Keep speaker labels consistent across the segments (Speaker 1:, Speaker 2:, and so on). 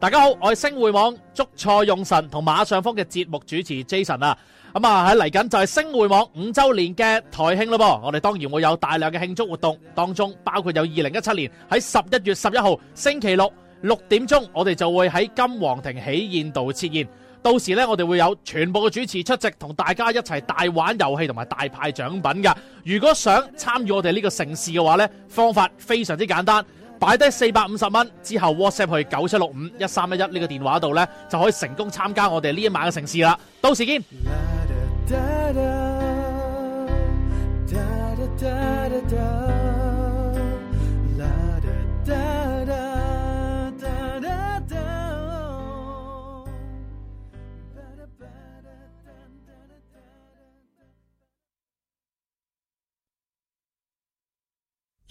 Speaker 1: 大家好，我係星匯網捉錯用神同馬上風嘅節目主持 Jason 啊，咁啊喺嚟緊就係星匯網五週年嘅台慶咯噃，我哋當然會有大量嘅慶祝活動，當中包括有二零一七年喺十一月十一號星期六六點鐘，我哋就會喺金皇庭喜宴度設宴。到時咧，我哋會有全部嘅主持出席，同大家一齊大玩遊戲同埋大派獎品㗎。如果想參與我哋呢個盛事嘅話呢，方法非常之簡單，擺低四百五十蚊之後 WhatsApp 去九七六五一三一一呢個電話度呢，就可以成功參加我哋呢一晚嘅盛事啦。到時見。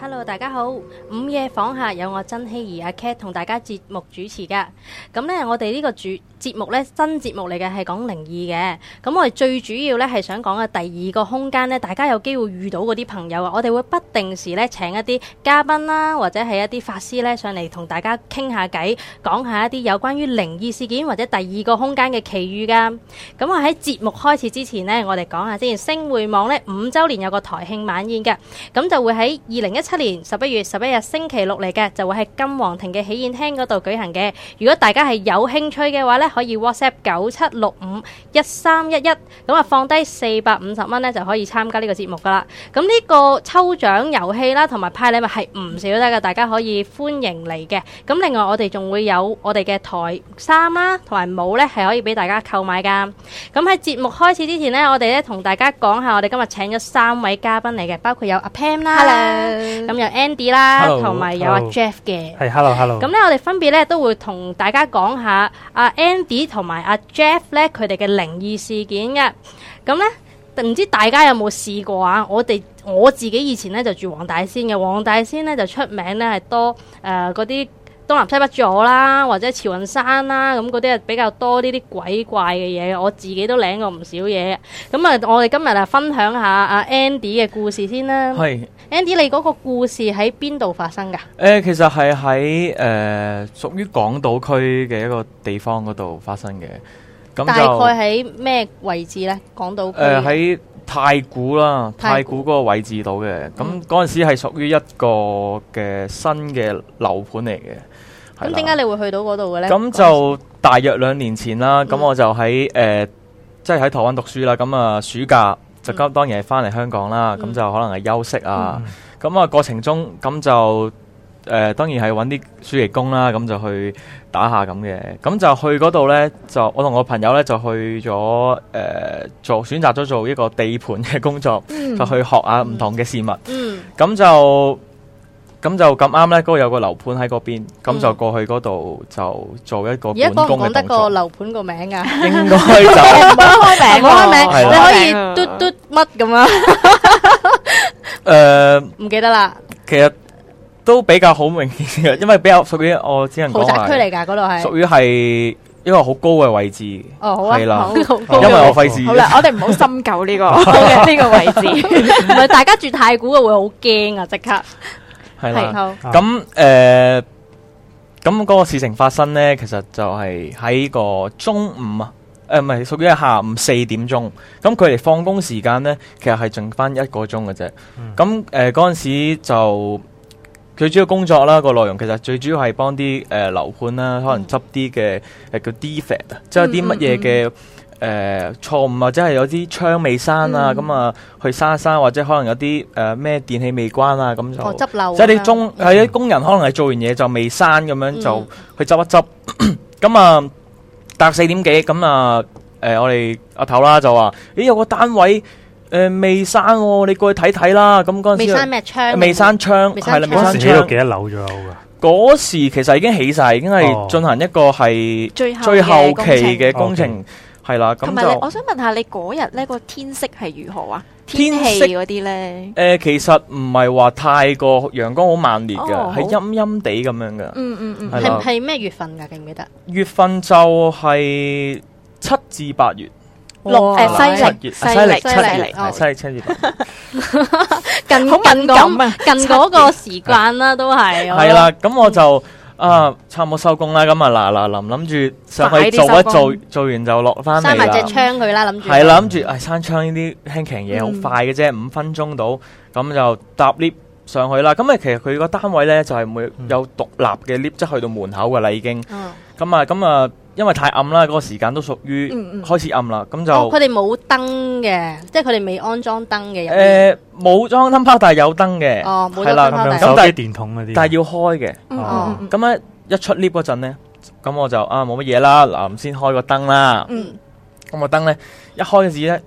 Speaker 2: Hello，大家好，午夜訪客有我曾希怡阿 Cat 同大家節目主持噶。咁呢，我哋呢個主節目呢，新節目嚟嘅係講靈異嘅。咁我哋最主要呢係想講嘅第二個空間呢，大家有機會遇到嗰啲朋友啊，我哋會不定時呢請一啲嘉賓啦，或者係一啲法師呢上嚟同大家傾下偈，講下一啲有關於靈異事件或者第二個空間嘅奇遇噶。咁我喺節目開始之前呢，我哋講下先，星匯網呢五週年有個台慶晚宴嘅，咁就會喺二零一七年十一月十一日星期六嚟嘅，就會喺金皇庭嘅喜宴廳嗰度舉行嘅。如果大家係有興趣嘅話呢，可以 WhatsApp 九七六五一三一一，咁啊放低四百五十蚊呢，就可以參加呢個節目噶啦。咁呢個抽獎遊戲啦，同埋派禮物係唔少得嘅，大家可以歡迎嚟嘅。咁另外我哋仲會有我哋嘅台衫啦，同埋帽呢，係可以俾大家購買噶。咁喺節目開始之前呢，我哋呢同大家講下，我哋今日請咗三位嘉賓嚟嘅，包括有阿 Pam 啦。咁有 Andy 啦，
Speaker 3: Hello，
Speaker 2: 同埋有阿
Speaker 3: hello
Speaker 2: Jeff 嘅。
Speaker 3: 係 hello hello。
Speaker 2: 咁咧，我哋分別咧都會同大家講下阿 Andy 同埋阿 Jeff 咧佢哋嘅靈異事件嘅。咁咧，唔知大家有冇試過啊？我哋我自己以前咧就住黃大仙嘅，黃大仙咧就出名咧係多誒嗰啲。東南西北咗啦，或者慈雲山啦，咁嗰啲係比較多呢啲鬼怪嘅嘢，我自己都領過唔少嘢。咁啊，我哋今日啊分享下阿 Andy 嘅故事先啦。
Speaker 3: 係
Speaker 2: Andy，你嗰個故事喺邊度發生㗎？
Speaker 3: 誒，其實係喺誒屬於港島區嘅一個地方嗰度發生嘅。咁
Speaker 2: 大概
Speaker 3: 就
Speaker 2: 喺咩位置呢？港島區
Speaker 3: 誒喺太古啦，
Speaker 2: 太
Speaker 3: 太
Speaker 2: 古嗯
Speaker 3: 古嗰個位置度嘅。咁嗰陣時係屬於一個嘅新嘅樓盤嚟嘅。係
Speaker 2: 咁
Speaker 3: 啦
Speaker 2: 點解你會去到嗰度嘅呢？
Speaker 3: 咁就大約兩年前啦，咁
Speaker 2: 嗯
Speaker 3: 我就喺誒，即係喺台灣讀書啦。咁啊，暑假就
Speaker 2: 嗯
Speaker 3: 當然係翻嚟香港啦。咁
Speaker 2: 嗯
Speaker 3: 就可能係休息啊。咁啊，過程中咁就誒，當然係揾啲暑期工啦。咁就去打下咁嘅。咁就去嗰度呢，就我同我朋友呢，就去咗誒做選擇咗做一個地盤嘅工作，就去學下唔同嘅事物。
Speaker 2: 嗯
Speaker 3: 咁就咁就咁啱咧，嗰度有個樓盤喺嗰邊，
Speaker 2: 嗯
Speaker 3: 咁就過去嗰度就做一個
Speaker 2: 而家
Speaker 3: 管
Speaker 2: 講唔
Speaker 3: 工
Speaker 2: 講
Speaker 3: 嘅
Speaker 2: 得
Speaker 3: 動
Speaker 2: 個
Speaker 3: 作，
Speaker 2: 樓盤個名 㗎？
Speaker 3: 應該就
Speaker 2: 唔好開
Speaker 3: 係
Speaker 2: 名，
Speaker 3: 啦
Speaker 2: 你可以嘟嘟乜咁啊？
Speaker 3: 诶，
Speaker 2: 唔記得啦，
Speaker 3: 呃其實都比較好明顯嘅，因為比較屬於我只能
Speaker 2: 豪
Speaker 3: 講
Speaker 2: 宅區
Speaker 3: 係
Speaker 2: 嚟㗎嗰度係。
Speaker 3: 屬於係一個好高嘅位置，
Speaker 2: 哦，好啊
Speaker 3: 係，啦
Speaker 2: 好好
Speaker 3: 因
Speaker 2: 高
Speaker 3: 為
Speaker 2: 嘅
Speaker 3: 我費事
Speaker 4: 好 啦，我哋唔好深究呢、個 呢個位置。
Speaker 2: 唔係大家住太古嘅會好驚啊！即刻係
Speaker 3: 係啦。
Speaker 2: 好
Speaker 3: 咁诶，咁嗰個事情發生咧，其實就係喺個中午啊。誒唔係，屬於係下午四點鐘。咁佢哋放工時間咧，其實係剩翻一個鐘嘅啫。咁誒嗰陣時就佢主要工作啦，個內容其實最主要係呃幫啲誒樓盤啦，可能執啲嘅誒叫 defect 啊，即係啲乜嘢嘅誒錯誤，或者係有啲窗未閂啊，
Speaker 2: 嗯
Speaker 3: 咁啊、去閂一閂，或者可能有啲誒咩電器未關啊，咁就、
Speaker 2: 哦，執漏
Speaker 3: 即係
Speaker 2: 咁
Speaker 3: 啲
Speaker 2: 樣
Speaker 3: 中係啲工人可能係做完嘢就未閂咁樣
Speaker 2: 嗯
Speaker 3: 就去執一 執，咁啊搭四點幾咁啊誒我哋阿頭啦就話，咦有個單位誒未閂喎，你過去睇睇啦，咁嗰陣
Speaker 2: 未
Speaker 3: 時就
Speaker 2: 閂咩窗，
Speaker 3: 未閂窗
Speaker 2: 未閂
Speaker 3: 係啦，未
Speaker 2: 窗
Speaker 5: 嗰
Speaker 3: 閂
Speaker 5: 陣時喺
Speaker 3: 窗
Speaker 5: 度幾。多樓左右㗎？
Speaker 3: 嗰時其實已經起晒，已經
Speaker 5: 哦
Speaker 3: 係進行一個係
Speaker 4: 最後
Speaker 3: 最後
Speaker 4: 嘅
Speaker 3: 期嘅工
Speaker 5: 工程
Speaker 3: 程，係啦，咁
Speaker 4: 同埋你，我
Speaker 3: 就
Speaker 4: 想問下你嗰日呢個天色係如何啊？
Speaker 3: 天
Speaker 4: 天
Speaker 3: 色
Speaker 4: 氣嗰啲呢？
Speaker 3: 誒其實唔係話太過陽光好猛烈
Speaker 4: 哦
Speaker 3: 嘅，
Speaker 4: 好
Speaker 3: 係陰陰地咁樣嘅。
Speaker 4: 嗯嗯嗯
Speaker 3: 係
Speaker 4: 係
Speaker 3: 啦
Speaker 4: 啦，
Speaker 2: 係係咩月份㗎？記唔 記得？
Speaker 3: 月份就係七至八月，
Speaker 4: 六
Speaker 2: 哇
Speaker 4: 誒西
Speaker 3: 七
Speaker 4: 曆
Speaker 3: 月，
Speaker 4: 西
Speaker 3: 西歷
Speaker 4: 曆
Speaker 3: 七月，
Speaker 2: 西曆
Speaker 3: 係西歷七月，
Speaker 2: 近
Speaker 4: 好敏感啊
Speaker 2: 近嗰近嗰個時間啦，都係
Speaker 3: 係，啦。咁我就啊，差唔多收工啦。咁啊，嗱嗱臨諗住上去
Speaker 4: 快啲
Speaker 3: 做一
Speaker 4: 收工
Speaker 3: 做，做完就落翻
Speaker 2: 閂
Speaker 3: 嚟
Speaker 2: 埋隻
Speaker 3: 啦。
Speaker 2: 窗佢啦，諗住
Speaker 3: 係啦，諗住唉，山窗呢啲輕騎嘢
Speaker 4: 嗯
Speaker 3: 好快嘅啫，五分鐘到，咁就搭 lift 上去啦。咁啊，其實佢個單位咧就係每
Speaker 5: 嗯
Speaker 3: 有獨立嘅 lift，即係去到門口噶啦已經。
Speaker 2: 嗯
Speaker 3: 咁啊，咁啊，因為太暗啦，嗰個時間都屬於
Speaker 4: 嗯嗯
Speaker 3: 開始暗啦，咁就。
Speaker 2: 哦佢哋冇燈嘅，即係佢哋未安裝燈嘅入邊。
Speaker 3: 誒冇裝燈泡，但係有燈嘅，
Speaker 2: 哦冇裝
Speaker 3: 係
Speaker 2: 燈泡
Speaker 5: 咁
Speaker 2: 但係
Speaker 3: 啦，咁
Speaker 5: 手
Speaker 3: 但係
Speaker 5: 機電筒嗰啲，
Speaker 3: 但係要開嘅。
Speaker 4: 嗯
Speaker 5: 哦
Speaker 4: 嗯嗯
Speaker 3: 咁咧一出 lift 嗰陣咧，咁我就啊冇乜嘢啦，嗱先開個燈啦。
Speaker 4: 嗯
Speaker 3: 咁個燈咧一開嗰時咧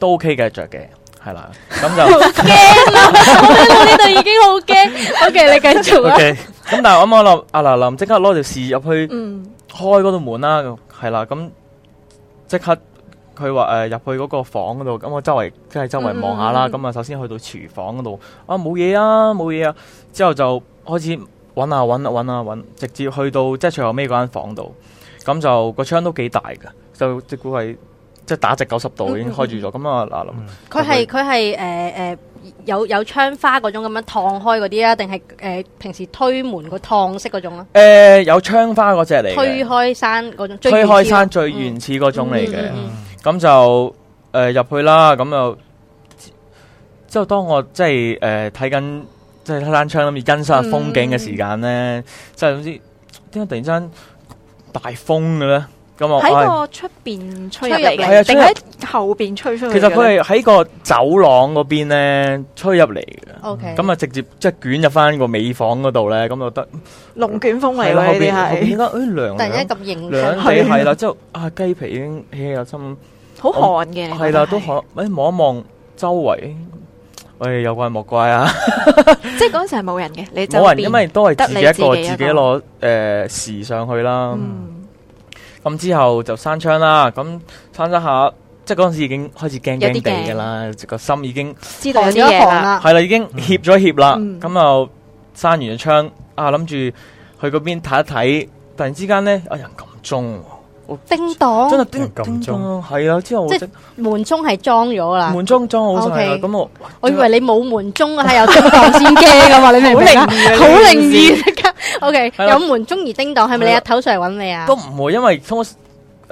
Speaker 3: 都 OK 嘅，着嘅係啦。 咁就
Speaker 4: 啊
Speaker 2: 我呢度已經好驚。OK，你繼續啦。
Speaker 3: OK。咁但係我諗我諗阿嗱林即刻攞條匙入去
Speaker 4: 嗯
Speaker 3: 開嗰度門啦，係啦。咁即刻佢話誒呃入去嗰個房嗰度，咁我周圍即係周圍望下啦。
Speaker 4: 嗯嗯嗯
Speaker 3: 咁啊，首先去到廚房嗰度，啊冇嘢啊，冇嘢啊。之後就開始揾下揾啊揾啊揾，直接去到即係最後尾嗰間房度。咁就個窗都幾大嘅，就即估係即係打直九十度已經開住咗。咁啊嗱，
Speaker 5: 嗯
Speaker 2: 佢係佢係誒誒有有窗花嗰種咁樣燙開嗰啲啊，定係誒平時推門個燙式嗰種啦，
Speaker 3: 誒呃有窗花嗰只嚟
Speaker 2: 推
Speaker 3: 嘅，
Speaker 2: 開山嗰種。最
Speaker 3: 推開
Speaker 2: 原始嗰
Speaker 3: 山
Speaker 2: 種
Speaker 3: 最原始嗰種嚟嘅。
Speaker 2: 嗯
Speaker 5: 嗯
Speaker 3: 咁就誒入、去啦，咁就之後當我即係誒睇緊即係睇單窗諗住欣賞下風景嘅時間咧，即係總之點解突然之間大風嘅咧？咁我
Speaker 4: 喺
Speaker 3: 唉
Speaker 4: 個出邊吹入嚟
Speaker 2: 吹入
Speaker 3: 嚟係啊
Speaker 4: 嘅，定喺後邊吹出去嘅
Speaker 3: 其
Speaker 4: 咧？
Speaker 3: 實佢係喺個走廊嗰邊咧吹入嚟嘅，
Speaker 4: 哦
Speaker 2: OK。
Speaker 3: 咁啊直接即係捲入翻個尾房嗰度咧，咁就得
Speaker 4: 龍捲風嚟
Speaker 3: 係啦
Speaker 4: 喎，
Speaker 3: 後
Speaker 4: 呢
Speaker 3: 邊
Speaker 4: 啲
Speaker 3: 後邊
Speaker 4: 係
Speaker 3: 應該誒涼
Speaker 2: 突然間
Speaker 3: 涼
Speaker 2: 咁認
Speaker 3: 涼
Speaker 2: 真，
Speaker 3: 地係啦，之後啊雞皮已經起起有心諗。
Speaker 4: 好寒嘅，
Speaker 3: 系哦啦，都可诶望一望周圍，喂有怪莫怪啊！
Speaker 4: 即係嗰陣時係冇人嘅，你就
Speaker 3: 冇人，因為都係自己一個，
Speaker 4: 得你
Speaker 3: 自
Speaker 4: 自己一個
Speaker 3: 己攞诶時上去啦。
Speaker 4: 嗯
Speaker 3: 咁之後就閂窗啦，咁閂咗下，即系嗰阵时已經開始驚
Speaker 4: 有
Speaker 3: 驚
Speaker 4: 啲
Speaker 3: 地噶啦，個心已經
Speaker 4: 知道有啲嘢
Speaker 2: 行
Speaker 4: 啦，
Speaker 3: 係啦，已經怯咗怯啦。
Speaker 4: 嗯
Speaker 3: 咁就閂完咗窗啊，諗住去嗰邊睇一睇，突然之間咧，啊人咁鐘
Speaker 4: 哦
Speaker 2: 叮
Speaker 3: 喎，真
Speaker 2: 當
Speaker 3: 係叮
Speaker 5: 人
Speaker 3: 叮
Speaker 5: 撳鐘
Speaker 3: 钟，係啊！之後我
Speaker 2: 即
Speaker 3: 即
Speaker 2: 門鐘係裝咗
Speaker 4: 啊
Speaker 2: 啦。
Speaker 3: 門鐘裝好晒啦，
Speaker 2: OK
Speaker 3: 咁我
Speaker 2: 我以為你冇門鐘 啊，係有叮當先驚噶嘛？你明唔明啊？好靈異即刻。OK，
Speaker 3: 係啦
Speaker 2: 有門鐘而叮當，係咪你
Speaker 3: 係啦
Speaker 2: 阿頭上嚟揾你啊
Speaker 3: 都？唔會，因為通誒、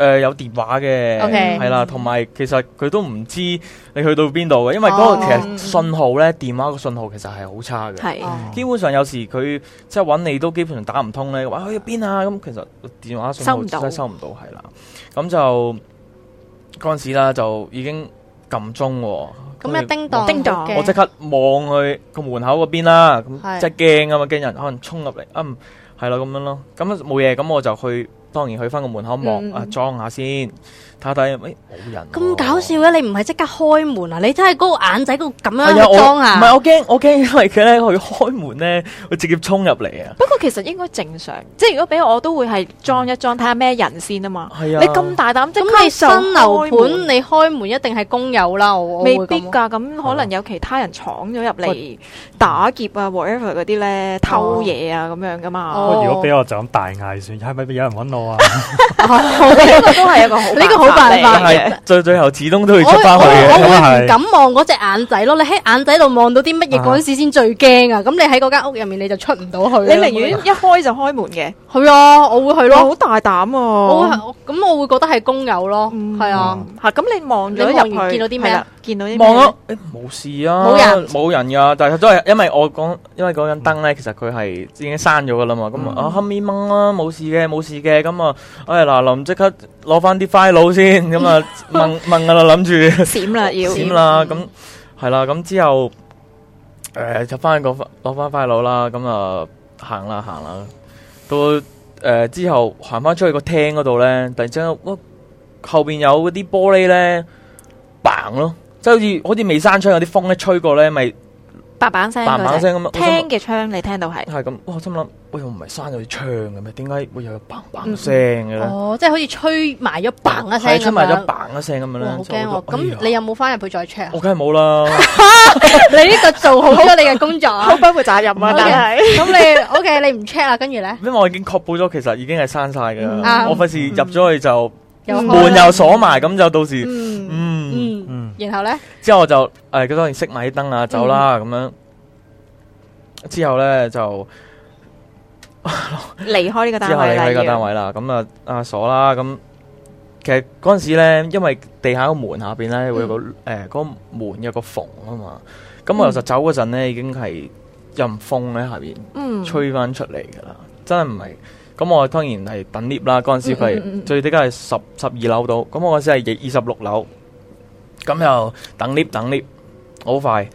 Speaker 3: 呃有電話嘅，
Speaker 4: 哦
Speaker 2: OK
Speaker 3: 係啦，同埋其實佢都唔知你去到邊度嘅，因為嗰個
Speaker 2: 哦
Speaker 3: 其實信號咧，電話個信號其實係好差嘅。
Speaker 4: 係
Speaker 2: 哦
Speaker 3: 基本上有時佢即係揾你都基本上打唔通咧，話去邊啊咁，其實電話信
Speaker 4: 收
Speaker 3: 號
Speaker 4: 唔
Speaker 3: 真
Speaker 4: 到
Speaker 3: 係收唔到，係啦。咁就嗰陣時啦，就已經撳鐘喎。
Speaker 2: 咁啊，叮當，
Speaker 4: 叮噹
Speaker 2: 好
Speaker 4: 嘅
Speaker 3: 我即刻望去個門口嗰邊啦，咁
Speaker 2: 係
Speaker 3: 即係驚啊嘛，驚人可能衝入嚟，嗯，係啦咁樣咯，咁冇嘢，咁我就去，當然去翻個門口望
Speaker 4: 嗯
Speaker 3: 啊，裝下先，睇睇，喂，冇人喎，
Speaker 2: 咁搞笑嘅，你唔係即刻開門啊？你真係嗰個眼仔嗰個咁
Speaker 3: 係
Speaker 2: 樣
Speaker 3: 啊，
Speaker 2: 去裝
Speaker 3: 我唔係
Speaker 2: 啊？
Speaker 3: 我驚，我驚，因為佢咧，佢開門咧，佢直接衝入嚟啊，
Speaker 4: 不過其實應該正常，即係如果俾我，我都會係裝一裝睇下咩人先啊嘛。
Speaker 3: 係
Speaker 4: 你
Speaker 3: 啊，
Speaker 4: 咁大膽，即
Speaker 2: 咁你
Speaker 4: 刻就
Speaker 2: 新樓
Speaker 4: 開門
Speaker 2: 盤，你開門一定係工友啦，我我會咁
Speaker 4: 未必 㗎，咁可能有其他人闖咗入嚟打劫啊，whatever 嗰啲咧，偷嘢啊咁樣
Speaker 5: 不
Speaker 4: 噶嘛。
Speaker 5: 過如
Speaker 2: 哦
Speaker 5: 果俾我就咁大嗌算，係咪有人揾我啊？
Speaker 4: 呢個都係一個好
Speaker 2: 呢個好辦法
Speaker 4: 嚟
Speaker 3: 但
Speaker 4: 嘅
Speaker 3: 係最最後始終都要
Speaker 2: 我
Speaker 3: 出翻去
Speaker 5: 嘅
Speaker 3: 嘅，
Speaker 2: 我我
Speaker 5: 咁啊
Speaker 2: 會唔
Speaker 5: 係
Speaker 2: 敢望嗰隻眼仔咯，你喺眼仔度望到啲乜嘢嗰陣時先最驚啊！咁你喺嗰間屋入面你就出唔到去啦。
Speaker 4: 你寧願一開就開門嘅，
Speaker 2: 係啊，我會去
Speaker 4: 哇
Speaker 2: 咯，
Speaker 4: 好大膽
Speaker 2: 我會
Speaker 4: 啊！
Speaker 2: 係咁我會覺得係工友咯，
Speaker 4: 嗯
Speaker 2: 係啊。
Speaker 4: 嚇咁你望
Speaker 2: 你
Speaker 4: 咗
Speaker 2: 望
Speaker 4: 入
Speaker 2: 完
Speaker 4: 去，
Speaker 2: 見到啲
Speaker 4: 係
Speaker 2: 咩
Speaker 4: 啦
Speaker 2: 啊？？
Speaker 4: 見到啲
Speaker 3: 望
Speaker 4: 咩
Speaker 3: 咗誒冇事啊，
Speaker 6: 冇人
Speaker 3: 冇人噶，但係都係因為我講，因為嗰陣燈咧，其實佢係已經閂咗噶啦嘛，咁
Speaker 6: 嗯
Speaker 3: 啊黑咪掹啦，冇事嘅，冇事嘅，咁啊，哎嗱臨即刻攞翻啲 file 先，咁啊掹掹噶啦，諗住
Speaker 4: 閃啦要，
Speaker 3: 閃啦，咁係啦，咁之後誒就翻個攞翻 file 啦，咁啊行啦行啦，到誒之後行翻出去個廳嗰度咧，突然之間哇後邊有嗰啲玻璃咧嘭咯，即係好似好似未閂窗有啲風咧吹過咧，咪
Speaker 4: 白板聲
Speaker 3: 嘭
Speaker 4: 嗰
Speaker 3: 嘭
Speaker 4: 只，
Speaker 3: 聲咁樣。啊我心諗
Speaker 4: 聽嘅窗你聽到係
Speaker 3: 係咁，哇！我心諗，喂，我唔係閂咗啲窗嘅咩？點解會有嘭嘭聲嘅咧？
Speaker 2: 嗯哦，即係好似吹埋咗嘭一
Speaker 3: 係
Speaker 2: 聲
Speaker 3: 出
Speaker 2: 咁
Speaker 3: 埋
Speaker 2: 樣。
Speaker 3: 咗嘭一聲咁樣
Speaker 2: 哇，
Speaker 3: 咧。
Speaker 2: 好
Speaker 3: 就覺
Speaker 2: 驚喎！
Speaker 3: 得哎呀
Speaker 2: 咁你有冇翻入去再 check 啊
Speaker 3: 我？梗係冇啦。
Speaker 2: 你呢個做好咗你嘅工作啊
Speaker 4: 好！不負責任啊，
Speaker 2: 嗯
Speaker 4: 但係
Speaker 2: 咁你 OK，你唔 check 啦，跟住咧
Speaker 3: 因為我已經確保咗，其實已經係閂晒㗎啦。
Speaker 2: 啱
Speaker 3: 我費事入咗去就
Speaker 2: 又
Speaker 4: 嗯
Speaker 2: 開
Speaker 3: 門
Speaker 2: 啦
Speaker 3: 又鎖埋，咁就到時
Speaker 2: 嗯
Speaker 3: 嗯，
Speaker 2: 嗯，
Speaker 7: 嗯，
Speaker 2: 然後咧
Speaker 3: 之後我就誒，佢當然熄埋啲燈啊，走啦咁樣。之後咧就
Speaker 4: 離開呢個
Speaker 3: 之
Speaker 4: 單
Speaker 3: 後你
Speaker 4: 位啦，
Speaker 3: 喺個單
Speaker 4: 要
Speaker 3: 位啦，咁啊啊鎖啦，咁其實嗰陣時咧，因為地下個門下邊咧會有個誒嗰個門有個縫啊嘛，咁我其實走嗰陣咧已經係任風喺下邊。
Speaker 4: 嗯
Speaker 3: 吹翻出嚟噶啦，真係唔係。咁我當然係等 lift 啦，嗰陣時佢
Speaker 4: 嗯嗯嗯
Speaker 3: 係
Speaker 4: 嗯
Speaker 3: 最低係十十二樓到，咁我嗰陣時係二十六樓，咁又等 lift 等 lift，好快。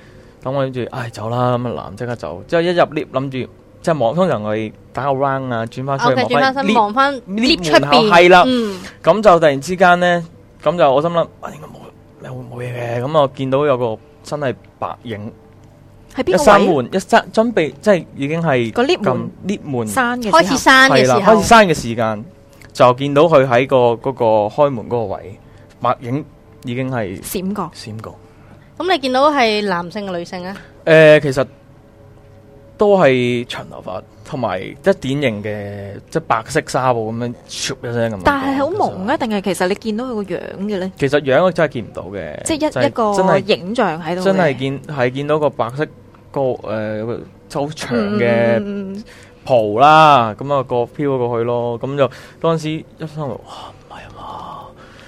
Speaker 3: 咁我諗住，唉走啦，咁啊男即刻走，之後一入 lift 諗住即係望，通常我哋打個 round 啊，轉翻出
Speaker 4: 哦
Speaker 2: ，OK，
Speaker 3: 去
Speaker 2: 轉翻
Speaker 3: 望翻
Speaker 2: 身
Speaker 3: lift，
Speaker 2: 望翻 lift
Speaker 3: lift
Speaker 2: 出
Speaker 3: 門口
Speaker 2: 邊，
Speaker 3: 係啦
Speaker 2: 嗯，
Speaker 3: 咁就突然之間咧，咁就我心諗，啊應該冇冇冇嘢嘅，咁我見到有個真係白影，
Speaker 4: 喺
Speaker 3: 一
Speaker 4: 邊
Speaker 3: 閂
Speaker 4: 個位？啊
Speaker 3: 門一閂準備，即係已經係
Speaker 4: 個 lift
Speaker 3: 撳
Speaker 4: 門
Speaker 3: lift 門。
Speaker 4: 閂嘅
Speaker 2: 開始
Speaker 4: 時候
Speaker 2: 閂嘅
Speaker 3: 係啦，
Speaker 2: 時
Speaker 3: 開
Speaker 2: 候
Speaker 3: 始，閂嘅時間就見到佢喺個嗰個開門嗰個位，白影已經係
Speaker 4: 閃過，
Speaker 3: 閃過。
Speaker 2: 咁你見到係男性嘅女性啊？
Speaker 3: 诶、呃其實都係長頭髮，同埋即係典型嘅即係白色紗布咁樣，唰一聲咁。
Speaker 4: 但係好蒙啊，！定係其實你見到佢個樣嘅咧？
Speaker 3: 其實樣我真係見唔到嘅，
Speaker 4: 即
Speaker 3: 就
Speaker 4: 係一一
Speaker 3: 真
Speaker 4: 個
Speaker 3: 係
Speaker 4: 影像喺度嘅，
Speaker 3: 真係見係見到個白色個诶好長嘅。
Speaker 4: 嗯嗯嗯嗯
Speaker 3: 蒲啦，咁啊個飄咗過去咯，咁就嗰陣時一心諗，哇唔係啊嘛，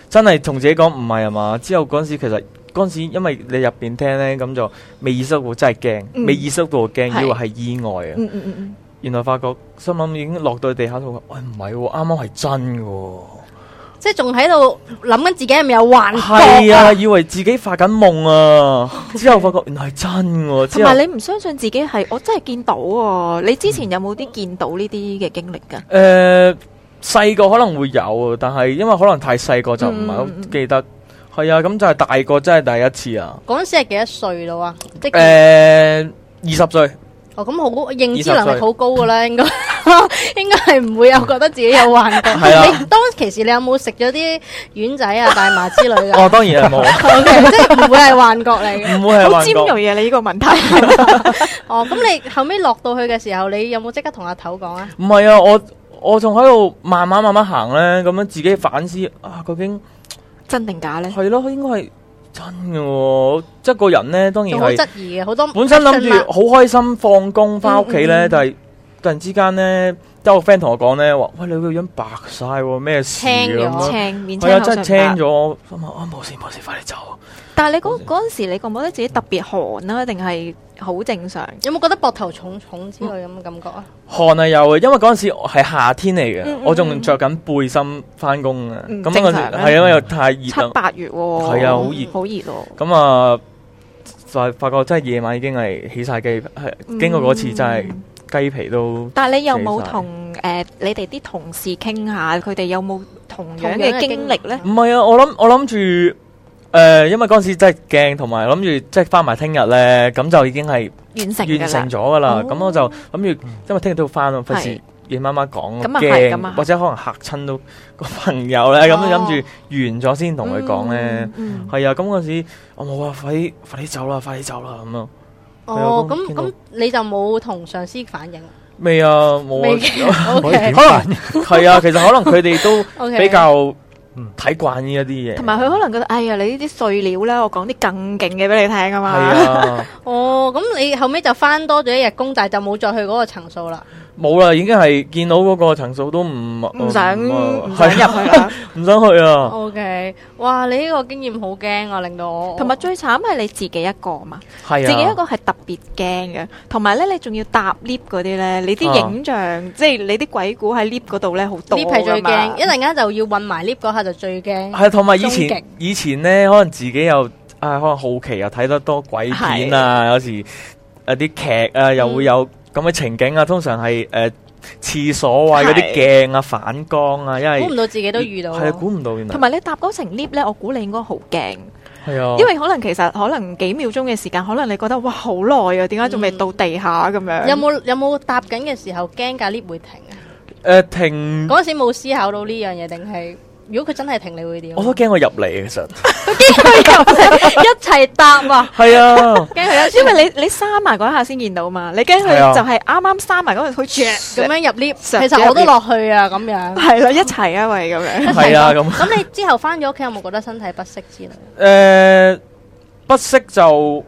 Speaker 3: 真係同自己講唔係啊嘛。之後嗰陣時其實嗰陣時因為你入邊聽咧，咁就未意識到真係驚，
Speaker 4: 嗯
Speaker 3: 未意識到驚，
Speaker 4: 係
Speaker 3: 以為係意外啊。
Speaker 4: 嗯嗯嗯嗯。
Speaker 3: 原來發覺心諗已經落到地下度，喂唔係喎，啱啱係真嘅喎。
Speaker 2: 即係仲喺度諗緊自己係咪有幻
Speaker 3: 係
Speaker 2: 覺啊？
Speaker 3: 啊，以為自己發緊夢啊，之後發覺原來係真嘅喎。
Speaker 4: 同
Speaker 3: 之後
Speaker 4: 埋你唔相信自己係，我真係見到喎。你之前有冇啲見到呢啲嘅經歷㗎？
Speaker 3: 誒呃細個可能會有，但係因為可能太細個就唔係好
Speaker 4: 嗯嗯嗯
Speaker 3: 記得。係啊，咁就係大個真係第一次啊！
Speaker 2: 嗰陣時係幾多歲到啊？即
Speaker 3: 誒、
Speaker 2: 係嗯
Speaker 3: 二十 歲，
Speaker 2: 哦，咁好認知
Speaker 3: 20
Speaker 2: 能力
Speaker 3: 歲
Speaker 2: 好高㗎啦，應該 應該係唔會有覺得自己有幻覺。
Speaker 3: 係啊
Speaker 2: 你當其時你有冇食咗啲丸仔啊、大麻之類嘅？
Speaker 3: 哦，當然係冇，
Speaker 2: O K，即係唔會係幻覺嚟嘅。
Speaker 3: 唔會係
Speaker 4: 好
Speaker 3: 幻
Speaker 4: 尖鋭
Speaker 3: 覺。
Speaker 4: 啊！你呢個問題，
Speaker 2: 哦，咁你後尾落到去嘅時候，你有冇即刻同阿頭講啊？
Speaker 3: 唔係啊，我我仲喺度慢慢慢慢行咧，咁樣自己反思啊，究竟
Speaker 4: 真定假咧？
Speaker 3: 係咯，應該係真嘅喎、即係個人咧，當然
Speaker 2: 仲好
Speaker 3: 係
Speaker 2: 質疑嘅，好多
Speaker 3: 本身諗
Speaker 2: question mark
Speaker 3: 住好開心放工翻屋企
Speaker 4: 嗯嗯
Speaker 3: 咧，
Speaker 4: 嗯
Speaker 3: 但係突然之間咧，即係我 friend 同我講咧，話喂你個樣白晒喎，咩事啊
Speaker 2: 青咗
Speaker 3: 咁樣
Speaker 4: 青面青
Speaker 3: 係啊，
Speaker 4: 口
Speaker 3: 真
Speaker 4: 唇
Speaker 3: 係
Speaker 4: 白
Speaker 3: 青咗，心諗啊冇事冇事，快啲走。
Speaker 4: 但係你嗰嗰陣時，你覺唔覺得自己特別寒啦，定係好正常？
Speaker 2: 有冇覺得膊頭重重之類咁嘅感覺啊？
Speaker 3: 汗係有嘅，因為嗰陣時係夏天嚟嘅，
Speaker 4: 嗯嗯
Speaker 3: 我仲着緊背心翻工啊。
Speaker 4: 嗯
Speaker 3: 咁
Speaker 4: 正
Speaker 3: 嗰
Speaker 4: 常
Speaker 3: 陣
Speaker 4: 啊
Speaker 3: 係因為又太熱
Speaker 4: 七
Speaker 3: 啦，
Speaker 4: 八月喎，
Speaker 3: 係啊好熱
Speaker 4: 好熱喎。
Speaker 3: 咁啊發發覺真係夜晚已經係起晒雞皮，係
Speaker 4: 嗯
Speaker 3: 經過嗰次真係雞皮都
Speaker 4: 但係你有冇
Speaker 3: 死晒
Speaker 4: 同誒你哋啲同事傾下，佢哋有冇同樣
Speaker 2: 同樣嘅
Speaker 4: 嘅經歷咧？
Speaker 3: 唔係啊！我諗我諗住誒，因為嗰陣時真係驚，同埋諗住即係翻埋聽日咧，咁就已經係
Speaker 2: 嗯
Speaker 4: 完成
Speaker 3: 完
Speaker 4: 㗎啦
Speaker 3: 成。咗噶啦
Speaker 4: 哦。
Speaker 3: 咁我就諗住，因為聽日都要翻啊，費
Speaker 4: 係
Speaker 3: 事夜媽媽講
Speaker 4: 咁啊係咁啊
Speaker 3: 驚，
Speaker 4: 係
Speaker 3: 或者可能嚇親到 個朋友咧，咁
Speaker 2: 哦
Speaker 3: 諗住完咗先同佢講咧。
Speaker 4: 嗯，嗯
Speaker 3: 係啊，咁嗰陣時我冇啊，快啲快啲走啦，快啲走啦咁咯。
Speaker 2: 哦，
Speaker 3: 係啊
Speaker 2: 咁
Speaker 3: 見到
Speaker 2: 咁你就冇同上司反 映啊
Speaker 3: 未啊，冇
Speaker 2: 未
Speaker 3: 啊，
Speaker 2: ？O
Speaker 7: 可以
Speaker 2: K
Speaker 7: 點辦？
Speaker 3: 係啊，其實可能佢哋都
Speaker 2: O K，
Speaker 3: 比較
Speaker 7: 嗯
Speaker 3: 睇慣呢一啲嘢。
Speaker 4: 同埋佢可能覺得，哎呀，你呢啲碎料啦，我講啲更勁嘅俾你聽啊
Speaker 3: 係
Speaker 4: 嘛。
Speaker 3: 啊。
Speaker 2: 哦，咁你後尾就翻多咗一日工，但係就冇再去嗰個層數啦。
Speaker 3: 冇啦，已經係見到嗰個層數都唔
Speaker 4: 唔想
Speaker 3: 唔啊嗯
Speaker 4: 唔想入去啦，哦
Speaker 3: 唔想去啊！
Speaker 2: O K，哇！你呢個經驗好驚啊，令到我
Speaker 4: 同埋最慘係你自己一個嘛，
Speaker 3: 係啊，
Speaker 4: 自己一個係特別驚嘅，同埋咧你仲要搭 lift 嗰啲咧，你啲
Speaker 3: 啊
Speaker 4: 影像即係你啲鬼故喺 lift 嗰度咧好多
Speaker 2: lift 係最
Speaker 4: 㗎嘛
Speaker 2: 驚，一陣間就要混埋 lift 嗰下就最驚。
Speaker 3: 係同埋以
Speaker 2: 終極
Speaker 3: 前以前咧，可能自己又啊，可能好奇又睇得多鬼片啊，有時有啲劇啊，又會
Speaker 2: 嗯
Speaker 3: 有咁嘅情景啊。通常係誒廁所啊，
Speaker 4: 係
Speaker 3: 嗰啲鏡啊、反光啊，因為
Speaker 2: 估唔到自己都遇到喎。
Speaker 3: 係啊估唔到原來
Speaker 4: 同埋你搭嗰程 lift 咧，我估你應該好驚，
Speaker 3: 係啊，
Speaker 4: 因為可能其實可能幾秒鐘嘅時間，可能你覺得哇好耐啊，點解仲未
Speaker 2: 嗯
Speaker 4: 到地下咁樣？
Speaker 2: 有冇有冇搭緊嘅時候驚架 lift 會停啊？
Speaker 3: 誒呃停，
Speaker 2: 嗰陣時冇思考到呢樣嘢，定係如果佢真係停，你會點？
Speaker 3: 我都驚我入嚟其實
Speaker 2: 一齊搭 啊！
Speaker 3: 係啊，
Speaker 2: 驚 佢一
Speaker 4: 因為你你閂埋嗰一下先見到嘛，你驚
Speaker 3: 係
Speaker 4: 佢
Speaker 3: 啊
Speaker 4: 就係啱啱閂埋嗰陣，佢
Speaker 2: 咁樣入 lift，其
Speaker 4: 上咗
Speaker 2: 實我都
Speaker 4: 入 lift
Speaker 2: 落去啊，咁樣。
Speaker 4: 係啦，一齊啊 喂咁樣。
Speaker 3: 係啊咁。
Speaker 2: 咁你之後翻咗屋企有冇覺得身體不適之類？
Speaker 3: 誒呃不適就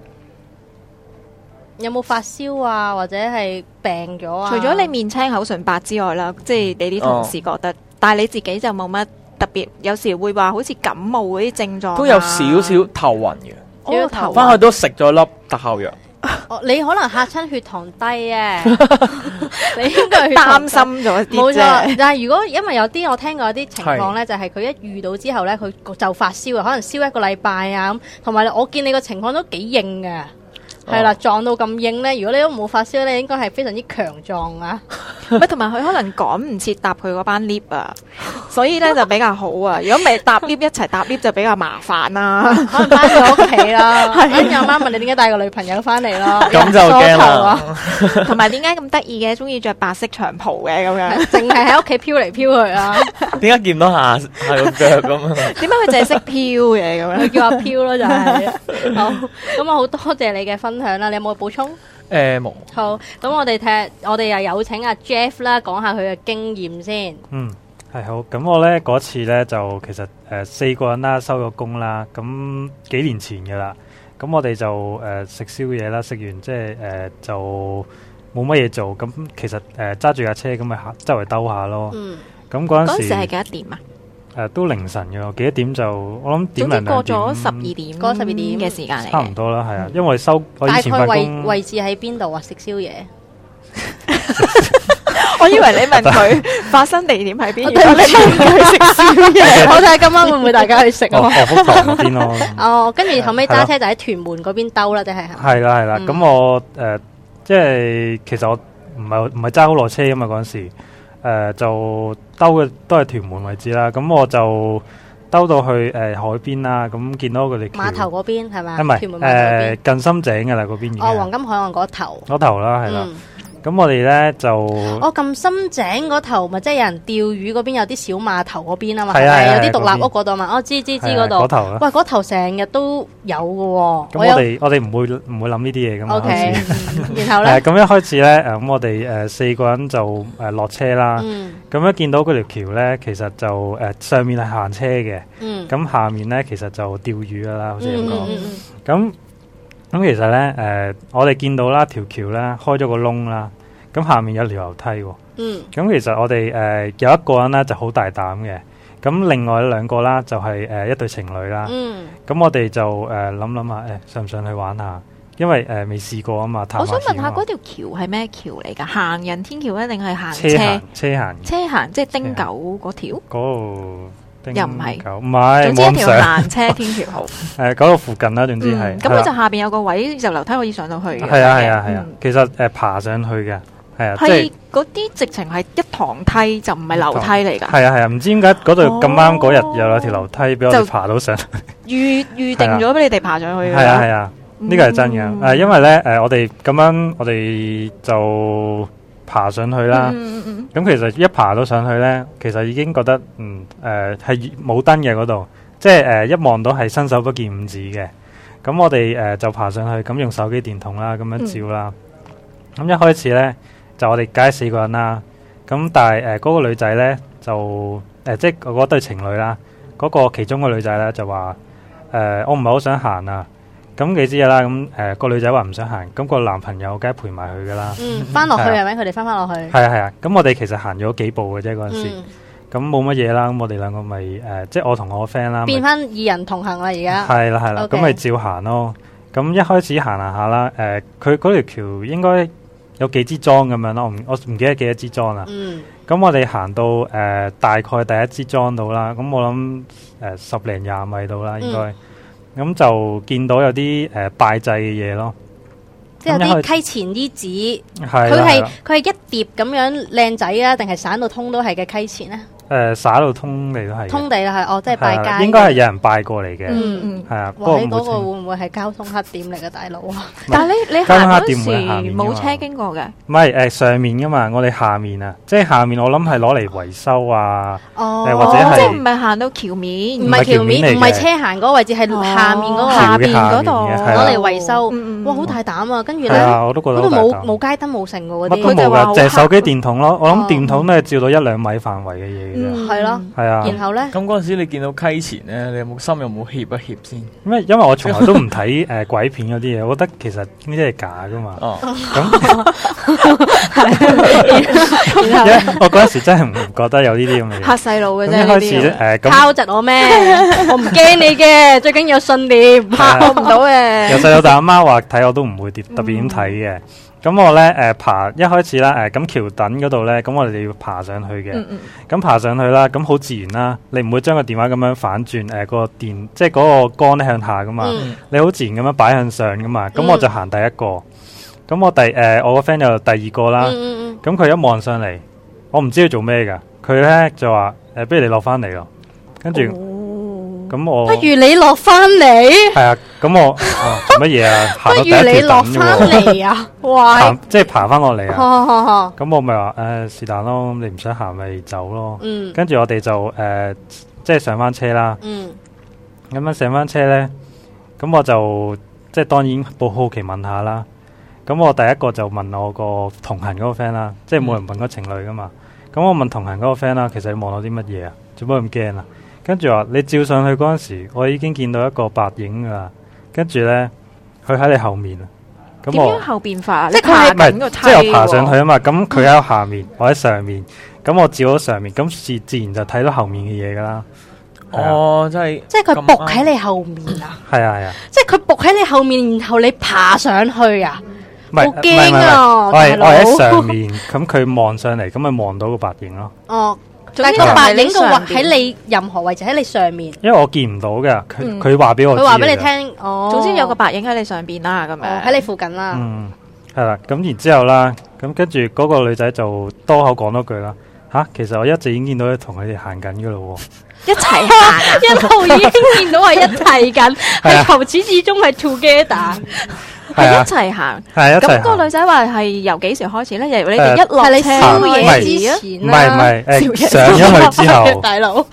Speaker 2: 有冇發燒啊，或者係病咗啊？
Speaker 4: 除咗你面青口唇白之外啦，即係你啲同事覺得，但係你自己就冇乜特別，有時會話好似感冒嗰啲症狀啊
Speaker 3: 都有少少頭暈嘅，
Speaker 4: 哦頭
Speaker 3: 翻去都食咗粒特效藥。
Speaker 2: 哦，你可能嚇親血糖低 啊， 你應該係血糖
Speaker 4: 擔
Speaker 2: 低
Speaker 4: 心。咗
Speaker 2: 冇
Speaker 4: 啲啫
Speaker 2: 錯，。但係如果因為有啲我聽過有啲情況咧，就係佢一遇到之後咧，佢就發燒啊，可能燒一個禮拜啊咁，同埋我見你個情況都幾硬嘅，係啦，撞到咁硬咧，如果你都冇發燒咧，應該係非常之強壯啊！
Speaker 4: 咪同埋佢可能趕唔切搭佢嗰班 lift 啊，所以咧就比較好啊。如果唔係搭 lift 一齊搭 lift 就比較麻煩啊啦。
Speaker 2: 可能翻咗屋企啦，跟住阿媽問你點解帶個女朋友翻嚟啦，
Speaker 3: 咁就
Speaker 2: 梳
Speaker 3: 驚
Speaker 2: 頭啊，
Speaker 3: 啦，
Speaker 4: 同埋點解咁得意嘅？中意着白色長袍嘅咁樣，
Speaker 2: 淨係喺屋企飄嚟飄去啊，
Speaker 3: 點解見到下下個腳咁啊樣？
Speaker 4: 點解佢淨係識飄嘅咁
Speaker 2: 佢
Speaker 4: 樣？
Speaker 2: 叫阿飄咯就係。好，咁我好多謝你嘅分享啦，你有冇補充？
Speaker 3: 誒冇，
Speaker 2: 好，咁我哋睇，我哋又有請阿 Jeff 啦，講下佢嘅經驗先。
Speaker 7: 嗯，係好。咁我咧嗰次咧就其實誒、呃四個人啦，收咗工啦，咁幾年前嘅啦。咁我哋就誒、呃食宵夜啦，食完即係誒就冇乜嘢做。咁其實誒揸住架車咁咪行周圍兜下咯。
Speaker 2: 嗯，
Speaker 7: 咁嗰
Speaker 4: 嗰
Speaker 7: 陣
Speaker 4: 陣
Speaker 7: 時
Speaker 4: 時係幾多點啊？
Speaker 7: 呃都凌晨嘅，我幾多點就我諗點
Speaker 4: 總
Speaker 7: 零
Speaker 4: 之
Speaker 7: 兩
Speaker 4: 過
Speaker 7: 點
Speaker 4: 咗十二點，
Speaker 2: 過咗12點
Speaker 4: 嘅時間嚟
Speaker 7: 差唔
Speaker 4: 嘅。
Speaker 7: 多啦，係啊，因為收我
Speaker 2: 大
Speaker 7: 以前
Speaker 2: 概
Speaker 7: 份
Speaker 2: 位
Speaker 7: 工
Speaker 2: 位置喺邊度啊？食宵 夜，
Speaker 4: 我以為你問 佢發生地點喺邊，原來你問佢食宵夜。
Speaker 2: 我睇 下今晚會唔會大家去食
Speaker 7: 哦，
Speaker 2: 啊？
Speaker 7: 哦福堂嗰邊咯。
Speaker 2: 哦，跟住後尾揸車就喺屯門嗰邊兜啦，定係
Speaker 7: 啊係啦係啦，
Speaker 2: 嗯
Speaker 7: 咁、我誒、呃即係其實我唔係唔係揸好耐車噶嘛嗰陣時，呃就兜嘅都係屯門位置啦。咁我就兜到去誒、呃海邊啦，咁見到佢哋
Speaker 2: 碼頭
Speaker 7: 嗰
Speaker 2: 嗰邊係嘛？
Speaker 7: 唔
Speaker 2: 屯
Speaker 7: 係
Speaker 2: 門碼頭嗰邊
Speaker 7: 誒。近深井噶啦嗰邊已經
Speaker 2: 哦，黃
Speaker 7: 係
Speaker 2: 金海岸嗰頭。
Speaker 7: 嗰頭啦係啦。
Speaker 2: 嗯，哦
Speaker 7: 咁、我哋咧就
Speaker 2: 我撳深井嗰頭咪即係有人釣魚嗰邊有啲小碼頭嗰邊啊嘛，
Speaker 7: 係啊
Speaker 2: 咪
Speaker 7: 係啊
Speaker 2: 有啲獨立
Speaker 7: 嗰邊
Speaker 2: 屋嗰度嘛？我哦知知知
Speaker 7: 係
Speaker 2: 嗰
Speaker 7: 啊
Speaker 2: 度
Speaker 7: 嗰。頭啦。
Speaker 2: 喂，嗰頭成日都有嘅喎。
Speaker 7: 咁我哋我哋唔會唔會諗呢啲嘢噶嘛。
Speaker 2: O
Speaker 7: 開
Speaker 2: K，
Speaker 7: 始
Speaker 2: 嗯 然後
Speaker 7: 誒
Speaker 2: 咧，
Speaker 7: 咁一開始咧，誒咁我哋誒四個人就誒落車啦。
Speaker 2: 嗯
Speaker 7: 咁啊一見到嗰條橋咧，其實就誒上面係行車嘅。
Speaker 2: 嗯，
Speaker 7: 咁下面咧其實就釣魚噶啦，好似咁
Speaker 2: 嗯
Speaker 7: 講。
Speaker 2: 嗯嗯
Speaker 7: 咁咁其實咧，誒、我哋見到啦，條橋啦，開咗個窿啦，咁下面有條樓梯喎。
Speaker 2: 嗯
Speaker 7: 咁其實我哋誒、有一個人咧就好大膽嘅，咁另外兩個啦就係、誒、一對情侶啦。
Speaker 2: 嗯，
Speaker 7: 咁、我哋就誒諗諗下，誒、上唔上去玩下？因為誒、未試過啊嘛，探
Speaker 4: 我想問
Speaker 7: 險啊
Speaker 4: 下
Speaker 7: 嘛
Speaker 4: 嗰條橋係咩橋嚟㗎？行人天橋一定係行
Speaker 7: 車
Speaker 4: 車
Speaker 7: 行車行
Speaker 4: 車行，即係丁九嗰條。
Speaker 7: 嗰度丁
Speaker 4: 又唔係
Speaker 7: 九唔係
Speaker 4: 總之
Speaker 7: 哎冇
Speaker 4: 一
Speaker 7: 咁
Speaker 4: 條
Speaker 7: 上
Speaker 4: 行車天橋 好。
Speaker 7: 誒嗰度附近啦，總之係
Speaker 4: 嗯咁
Speaker 7: 係啦
Speaker 4: 佢就下邊有個位就樓梯可以上到去嘅。
Speaker 7: 係啊係啊係啊
Speaker 4: 嗯，
Speaker 7: 其實誒爬上去嘅，係啊，即
Speaker 4: 係
Speaker 7: 係
Speaker 4: 嗰啲直情係一堂梯就唔係樓梯嚟㗎。
Speaker 7: 係啊係啊，唔知點解嗰度咁啱嗰日又有條樓梯俾我
Speaker 4: 就
Speaker 7: 哋爬到上，係
Speaker 4: 預預定咗俾你哋爬上去㗎。
Speaker 7: 啊係啊，呢個係真嘅。誒，因為咧誒，我哋咁樣我哋就爬上去啦
Speaker 4: 嗯。嗯嗯
Speaker 7: 咁其實一爬到上去咧，其實已經覺得嗯誒係冇燈嘅嗰度，即係誒一望到係伸手不見五指嘅。咁我哋誒就爬上去，咁用手機電筒啦，咁樣照啦。咁一開始咧就我哋梗係四個人啦。咁但係誒呃嗰個女仔咧就誒即係嗰對情侶啦，嗰個其中個女仔咧就話誒我唔係好想行啊。咁你知㗎啦，咁誒個女仔話唔想行，咁個男朋友梗係陪埋佢㗎啦。啊
Speaker 2: 嗯，翻落去係咪？佢哋翻翻落去。
Speaker 7: 係啊係啊，咁我哋其實行咗幾步嘅啫嗰陣時。
Speaker 2: 嗯，
Speaker 7: 咁咁冇乜嘢啦，咁我哋兩個咪誒、呃即係我同我 friend 啦，咪
Speaker 2: 變翻二人同行啦，而家
Speaker 7: 係啊啦係啦，
Speaker 2: OK
Speaker 7: 咁咪照行咯。咁一開始行下下啦，誒佢嗰條橋應該有幾支裝咁樣咯，我唔我唔記得幾多支裝啦。
Speaker 2: 嗯
Speaker 7: 咁我哋行到誒、呃大概第一支裝到啦，咁我諗誒、呃十零廿米到
Speaker 2: 嗯
Speaker 7: 啦，應該。咁、就見到有啲誒、呃拜祭嘅嘢咯，
Speaker 2: 即係
Speaker 7: 咁
Speaker 2: 有
Speaker 7: 一
Speaker 2: 啲溪前啲紙，
Speaker 7: 係
Speaker 2: 佢
Speaker 7: 啦係
Speaker 2: 係
Speaker 7: 啦
Speaker 2: 佢係一疊咁樣靚仔啊，定係散到通都係嘅溪前咧？
Speaker 7: 誒灑到通嚟都係嘅，啊
Speaker 2: 通地啦，係哦，即係
Speaker 7: 係
Speaker 2: 拜
Speaker 7: 啦
Speaker 2: 街。
Speaker 7: 應該係有人拜過嚟嘅，
Speaker 2: 嗯
Speaker 4: 嗯。
Speaker 7: 係啊，不
Speaker 2: 哇！
Speaker 7: 過
Speaker 2: 你嗰
Speaker 7: 冇
Speaker 2: 個會
Speaker 7: 清
Speaker 2: 唔會係交通黑點嚟嘅大佬啊？
Speaker 4: 但系你你
Speaker 7: 交
Speaker 4: 行
Speaker 7: 通黑
Speaker 4: 嗰
Speaker 7: 店會喺下面
Speaker 4: 時
Speaker 7: 㗎嘛
Speaker 4: 冇車經過嘅，
Speaker 7: 唔係誒上面噶嘛，我哋下面啊，即係下面我諗係攞嚟維修啊，
Speaker 2: 哦
Speaker 7: 或者係
Speaker 4: 即係唔係行到橋面，
Speaker 2: 唔
Speaker 7: 唔
Speaker 2: 係
Speaker 7: 係
Speaker 2: 橋
Speaker 7: 橋面嚟
Speaker 2: 面，
Speaker 7: 嘅
Speaker 2: 唔係車行嗰個位置，係下面嗰個
Speaker 4: 哦
Speaker 2: 位
Speaker 4: 下
Speaker 7: 橋
Speaker 4: 邊
Speaker 7: 嘅
Speaker 4: 嗰度
Speaker 7: 下面嘅係啦啊
Speaker 2: 攞嚟維修。
Speaker 4: 嗯嗯嗯
Speaker 2: 哇！好大膽啊！跟住
Speaker 7: 係
Speaker 2: 咧，
Speaker 7: 啊，我都覺
Speaker 2: 嗰
Speaker 7: 得
Speaker 2: 度
Speaker 7: 好大
Speaker 2: 冇
Speaker 7: 膽
Speaker 2: 冇街燈冇成嘅嗰
Speaker 7: 乜
Speaker 2: 啲
Speaker 7: 都。
Speaker 4: 佢就
Speaker 7: 冇
Speaker 4: 話
Speaker 7: 噶，
Speaker 4: 好
Speaker 7: 就係手
Speaker 4: 黑
Speaker 7: 機電筒咯。我
Speaker 2: 哦
Speaker 7: 諗電筒都係照到一兩米範圍嘅嘢嘅啫。
Speaker 4: 嗯
Speaker 2: 係咯
Speaker 7: 係啊，
Speaker 2: 然後咧，
Speaker 3: 咁嗰阵时你見到溪前咧，你有冇心有冇怯一怯先？
Speaker 7: 因啊為因為我從來都唔睇誒鬼片嗰啲嘢，我覺得其實呢啲係假噶 嘛。
Speaker 3: 哦，
Speaker 7: 咁
Speaker 2: 然後
Speaker 7: 因為
Speaker 2: 呢
Speaker 7: 我嗰陣時真係唔覺得有呢啲咁 嘅
Speaker 4: 嚇
Speaker 7: 嘢。
Speaker 4: 細路嘅啫
Speaker 7: 咁一
Speaker 4: 呢
Speaker 7: 開始
Speaker 4: 啲，
Speaker 7: 咧誒咁
Speaker 2: 敲窒我 咩？我唔驚你嘅，最緊要有信念。
Speaker 7: 係啊
Speaker 4: 我唔到
Speaker 7: 由
Speaker 4: 嘅。
Speaker 7: 細到大，阿媽話睇我都唔會點特別點睇嘅。咁我咧誒爬一開始啦誒咁橋墩嗰度咧，咁我哋要爬上去嘅。
Speaker 4: 嗯嗯，
Speaker 7: 咁爬上去啦，咁好自然啦，你唔會將個電話咁樣反轉，誒、個電即係嗰個杆咧向下噶嘛，
Speaker 2: 嗯
Speaker 7: 你好自然咁樣擺向上噶嘛，咁
Speaker 2: 嗯
Speaker 7: 我就行第一個，咁我第誒、我個 friend 就第二個啦，
Speaker 2: 嗯嗯
Speaker 7: 咁佢、一望上嚟，我唔知佢做咩噶，佢咧就話誒、不如你落翻嚟咯，跟住哦咁
Speaker 2: 嗯，
Speaker 7: 我
Speaker 2: 哦不如你落翻嚟，
Speaker 7: 係啊，咁我、啊做乜 嘢啊？
Speaker 2: 不
Speaker 7: 行
Speaker 2: 如
Speaker 7: 到第一條
Speaker 2: 你落哦
Speaker 7: 凳
Speaker 2: 翻
Speaker 7: 啫喎，
Speaker 2: 嚟啊！哇
Speaker 7: 行！即係爬翻落嚟啊，
Speaker 2: 呵呵呵
Speaker 7: 咁我咪話誒是但咯，咁你唔想行咪走咯，
Speaker 2: 嗯
Speaker 7: 跟住我哋就誒、即係上翻車啦。
Speaker 2: 嗯
Speaker 7: 咁樣上翻車咧，咁我就即係當然好好奇問下啦。咁我第一個就問我個同行嗰個 friend 啦，即係冇人問嗰情侶噶嘛。咁我問同行嗰個 friend 啦，其實你望到啲乜嘢啊？做乜咁驚啊？跟住話你照上去嗰陣時，我已經見到一個白影噶啦。跟住咧，佢喺你後面啊。咁
Speaker 4: 點
Speaker 7: 我
Speaker 4: 樣後變化啊？
Speaker 2: 即係
Speaker 4: 你
Speaker 2: 佢係
Speaker 4: 爬
Speaker 7: 唔係
Speaker 4: 緊個梯
Speaker 7: 即係我爬上去
Speaker 4: 喎，
Speaker 7: 啊嘛。咁佢
Speaker 4: 嗯
Speaker 7: 喺我下面，我喺上面。咁我照咗上面，咁自自然就睇到後面嘅嘢噶啦。係啊
Speaker 3: 哦，真係
Speaker 2: 即係佢
Speaker 3: 咁
Speaker 4: 啊
Speaker 2: 伏
Speaker 3: 啱
Speaker 2: 喺你後面啊！
Speaker 7: 係啊係啊。
Speaker 2: 即係佢伏喺你後面，然後你爬上去啊！
Speaker 7: 唔係
Speaker 2: 好驚啊大佬
Speaker 7: 唔係唔係我係我係喺上面， 咁佢望上嚟，咁咪望到個白影咯。
Speaker 2: 哦，
Speaker 4: 總
Speaker 2: 但係
Speaker 4: 之就
Speaker 2: 個
Speaker 4: 係
Speaker 2: 白
Speaker 4: 你
Speaker 2: 影個
Speaker 4: 上
Speaker 2: 位
Speaker 4: 邊
Speaker 2: 喺你任何位置喺你上面，
Speaker 7: 因為我見唔到嘅，佢
Speaker 4: 嗯
Speaker 7: 佢話俾我知啊
Speaker 2: 佢話俾你
Speaker 7: 嘅啫。
Speaker 2: 聽，哦，
Speaker 4: 總之有個白影喺你上邊啦，咁
Speaker 2: 哦
Speaker 4: 樣
Speaker 2: 喺你附近啦，！
Speaker 7: 嗯，係啦，咁然之後啦，咁跟住嗰個女仔就多口講多句啦。吓，其實我一直已經見到佢同佢哋行緊嘅咯喎。
Speaker 4: 一 齊行啊
Speaker 2: 一路已經見到係一齊緊，係由始至終係 together，
Speaker 7: 係
Speaker 4: 係
Speaker 7: 啊
Speaker 4: 一，齊行。
Speaker 7: 係一齊
Speaker 4: 咁
Speaker 7: 行。
Speaker 4: 個女仔話係由幾時開始咧？由你哋一落
Speaker 2: 係你
Speaker 4: 車
Speaker 2: 宵
Speaker 7: 唔係
Speaker 2: 夜
Speaker 4: 開始啊
Speaker 2: 之
Speaker 7: 唔
Speaker 2: 前
Speaker 7: 係唔
Speaker 2: 啦。
Speaker 7: 係，誒
Speaker 4: 笑
Speaker 7: 上咗去之 後，
Speaker 2: 大佬，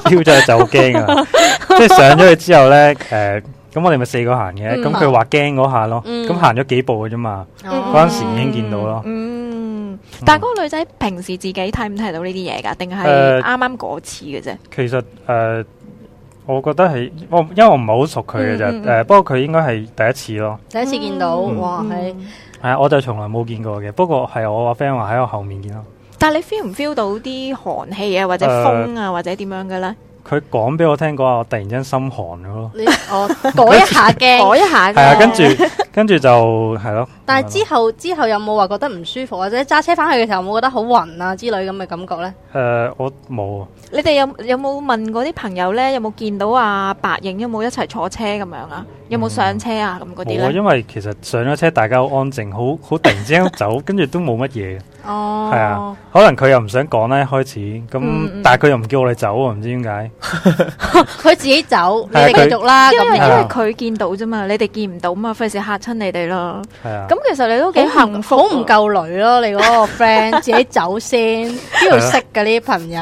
Speaker 7: 跳咗去就 驚啊！即係上咗去之後咧，誒咁我哋咪四個行嘅，咁佢話驚嗰下咯，
Speaker 2: 嗯
Speaker 7: 咁行咗幾步嘅啫嘛。
Speaker 4: 啊
Speaker 7: 嗰陣時已經見到咯。
Speaker 4: 嗯，但係嗰個女仔平時自己睇唔睇到呢啲嘢㗎？定係
Speaker 7: 誒
Speaker 4: 啱啱嗰次嘅啫？
Speaker 7: 其實誒、呃我覺得係我因為我唔係好熟佢嘅啫，誒、
Speaker 4: 嗯嗯嗯
Speaker 7: 不過佢應該係第一次咯。
Speaker 2: 第一次見到，
Speaker 4: 嗯
Speaker 2: 哇，係
Speaker 4: 嗯
Speaker 7: 係啊，我就從來冇見過嘅，不過係我個 friend 話喺我後面見咯。
Speaker 4: 但係你 feel 唔 feel 到啲寒氣啊，或者風啊，或者點樣嘅咧？
Speaker 7: 佢講俾我聽嗰下，我突然間心寒咗咯。
Speaker 2: 你我嗰一下
Speaker 4: 改
Speaker 2: 驚，
Speaker 4: 一下
Speaker 7: 係啊，
Speaker 4: 啫
Speaker 7: 跟住 跟住就係咯。
Speaker 2: 但係之後之後有冇話覺得唔舒服，或者揸車翻去嘅時候有冇覺得好暈啊之類咁嘅感覺咧？
Speaker 7: 誒、我冇啊
Speaker 4: 你哋有有冇問嗰啲朋友咧？有冇見到啊白影？有冇一齊坐車咁樣啊？有冇上車啊？咁嗰啲
Speaker 7: 冇啊，
Speaker 4: 咧？
Speaker 7: 因為其實上咗車大家好安靜，好好突然之間 走，跟住都冇乜嘢嘅。
Speaker 2: 哦，
Speaker 7: 係啊，可能佢又唔想講咧，開始咁，
Speaker 4: 嗯嗯
Speaker 7: 但係佢又唔叫我哋走喎，唔知點解。
Speaker 2: 佢自己走，你
Speaker 7: 係啊
Speaker 2: 哋繼續啦。
Speaker 4: 因為因
Speaker 2: 咁
Speaker 7: 樣
Speaker 4: 為佢見到啫嘛，你哋見唔到嘛，費事嚇親你哋咯。
Speaker 7: 係啊。
Speaker 4: 咁其實你都幾
Speaker 2: 好唔
Speaker 4: 幸福
Speaker 2: 好
Speaker 4: 啊，
Speaker 2: 唔夠女咯？你嗰個 friend 自己走先，
Speaker 4: 啊
Speaker 2: 邊度識嘅呢啲朋友？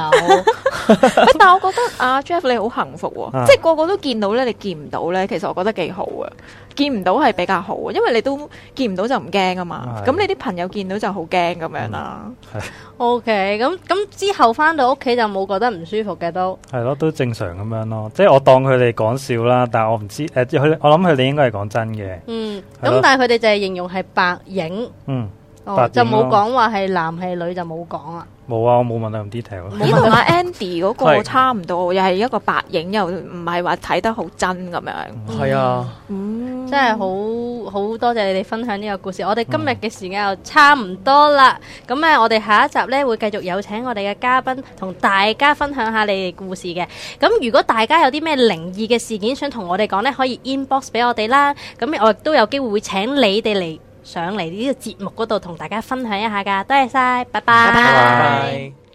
Speaker 4: 喂但係我覺得阿 Jeff 你好幸福喎，
Speaker 7: 啊
Speaker 4: 即係個個都見到咧，你見唔到咧，其實我覺得幾好啊。見唔到係比較好啊，因為你都見唔到就唔驚啊嘛。
Speaker 7: 係嗯
Speaker 4: 咁你啲朋友見到就好驚咁樣啦。
Speaker 2: O K，咁咁之後翻到屋企就冇覺得唔舒服嘅都，
Speaker 7: 係咯，都正常咁樣咯，即係我當佢哋講笑啦，但係我唔知诶，佢、我諗佢哋應該係講真嘅，
Speaker 2: 嗯，
Speaker 7: 係
Speaker 2: 咁
Speaker 7: 咯
Speaker 2: 但係佢哋就係形容係白影，
Speaker 7: 嗯，
Speaker 2: 哦
Speaker 7: 八
Speaker 2: 就
Speaker 7: 點咯
Speaker 2: 冇講話係男係女就冇講啦。
Speaker 7: 冇啊，我冇問到咁 detail 啊。
Speaker 4: 咦，同阿 Andy 嗰個
Speaker 3: 係
Speaker 4: 差唔多，又係一個白影，又唔係話睇得好真咁樣。
Speaker 3: 系啊，
Speaker 4: 嗯，
Speaker 2: 真係好好多謝你哋分享呢個故事。我哋今日嘅時間又差唔多啦，咁啊，我哋下一集呢會繼續有請我哋嘅嘉賓同大家分享下你哋故事嘅。咁如果大家有啲咩靈異嘅事件想同我哋講呢，可以 inbox 俾我哋啦。咁我亦都有機會會請你哋嚟上嚟呢個節目嗰度同大家分享一下噶。多謝晒，拜
Speaker 3: 拜
Speaker 2: 拜
Speaker 3: 拜。